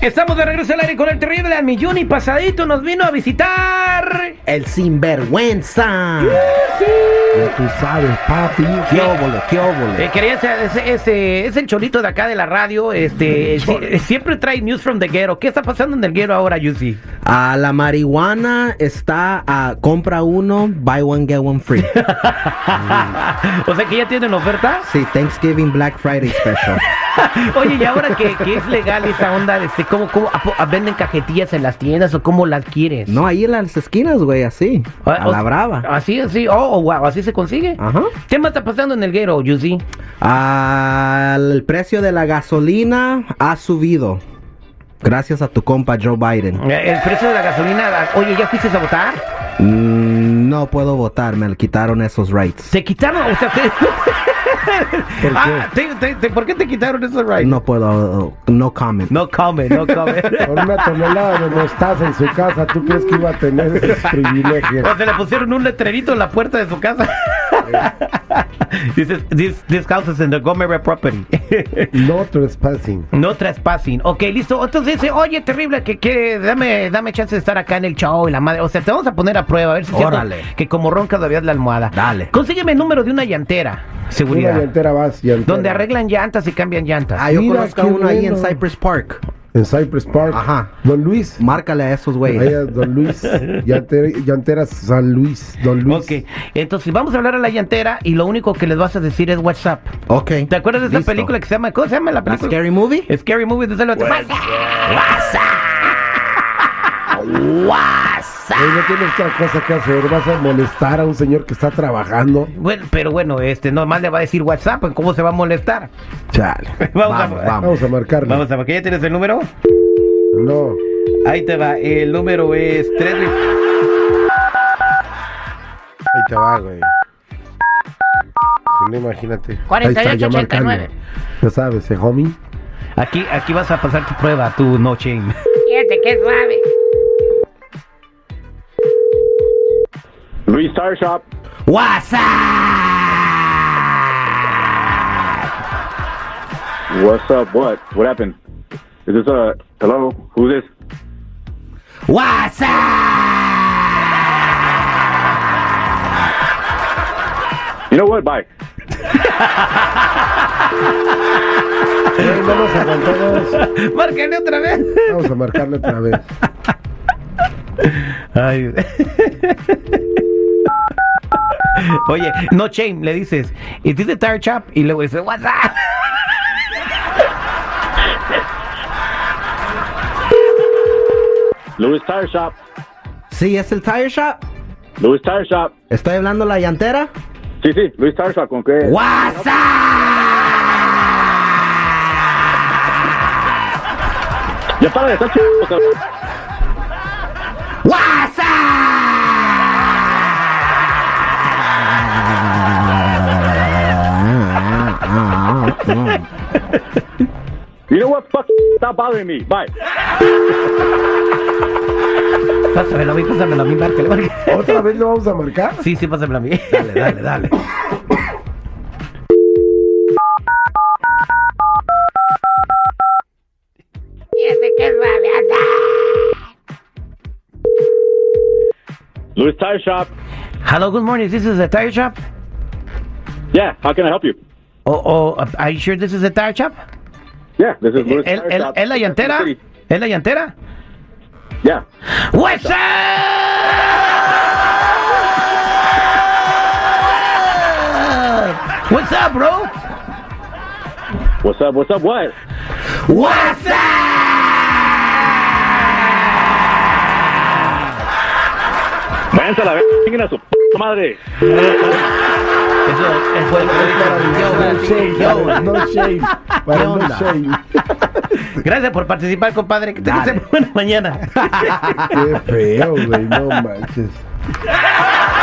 Estamos de regreso al aire con el terrible al millón y pasadito nos vino a visitar. El sinvergüenza. Ya tú sabes, papi. Qué óvole, qué óvole. Eh, quería ser- es, es, eh, es el cholito de acá de la radio. Este eh, si- eh, siempre trae news from the ghetto. ¿Qué está pasando en el ghetto ahora, Yusi? A la marihuana está a compra uno, buy one, get one free. o sea que ya tienen oferta. Sí, Thanksgiving Black Friday special. Oye, y ahora que, que es legal esa onda, de este, ¿cómo, cómo a po- a- venden cajetillas en las tiendas o cómo las quieres? No, ahí en las esquinas, güey, así. O- A o- la brava. Ah. Así, así. Oh, oh, wow, así se consigue. Ajá. ¿Qué más está pasando en el ghetto, Yusi? Al precio de la gasolina ha subido. Gracias a tu compa Joe Biden. Eh, El precio de la gasolina, la- oye, ¿ya fuiste a votar? Mm, no puedo votar, me quitaron esos rights. Se quitaron, o sea, te- ¿Por Ah, te- te- te- ¿por qué te quitaron esos rights? No puedo, no comment. no comment, no comment. Con una tonelada de mostaza en su casa, ¿tú crees que iba a tener esos privilegios? O se le pusieron un letrerito en la puerta de su casa. Dices, this, this house is in the Gomera property. No trespassing. No trespassing. Ok, listo. Entonces dice, oye, terrible, que quiere, dame, dame chance de estar acá en el chao y la madre. O sea, te vamos a poner a prueba, a ver si es cierto Órale. que como ronca todavía es la almohada. Dale. Consígueme el número de una llantera, Una seguridad. llantera vas, llantera. Donde arreglan llantas y cambian llantas. Ah, yo Mira, conozco a qué uno ahí en bueno. Cypress Park. En Cypress Park. Ajá. Don Luis. Márcale a esos Ahí güeyes. es Don Luis. Llantera, llantera San Luis. Don Luis. Ok, entonces vamos a hablar a la llantera y lo único que les vas a decir es WhatsApp. Ok. ¿Te acuerdas de esa Listo. película que Eh, se llama? ¿Cómo se llama la ¿La película? Scary Movie? Scary Movie desde luego. Oye, no tienes otra cosa que hacer. Vas a molestar a un señor que está trabajando. Bueno, pero bueno, este nomás le va a decir WhatsApp, pues, ¿cómo se va a molestar? Chale. Vamos, Vamos, vamos. Vamos vamos. a marcarle. Vamos a ver, ¿que ya tienes el número? No. Ahí te va, el número es 3... Ahí te va, güey. No imagínate. 48, Ahí está, ya 89. marcando. Ya sabes, eh, homie. Aquí, aquí vas a pasar tu prueba, tu noche. Fíjate que suave. Luis Star Shop. What's up? What? What happened? Is this a hello? Who's this? You know what? Bye. Güey, no nos aguantamos. Márcale otra vez. Vamos a marcarle otra vez. Ay. Oye, no shame, le dices, ¿y dice Tire Chap? Y luego dice, WhatsApp. Louis Tire Shop. Sí, es el Tire Shop. Louis Tire Shop. Estoy hablando la llantera. Sí, sí, Luis Tire Shop. ¿Con qué? Ya para de estar chido, cabrón. You know what? Fuck. Stop bothering me. Bye. Pásamelo a mí, pásamelo a mí, márcale, márcale. ¿Otra vez lo vamos a marcar? Sí, sí, pásamelo a mí. Dale, dale, dale. Fíjate que suave. Anda. Louis Tire Shop. Hello, good morning. This is a tire shop. Yeah. How can I help you? Oh, oh, uh, are you sure this is a tire shop? Yeah. This is Louis ¿Es Tire Shop. la llantera? ¿Es la llantera? Yeah. What's up? What's up, bro? What's up? What's up? What? What's up? Váyanse a la vez. Chinguen a su p madre. Eso es bueno. No shame, para no shame. Para no onda? shame. Gracias por participar, compadre. Que tengas Dale. É, buena mañana. Qué feo, güey. No manches.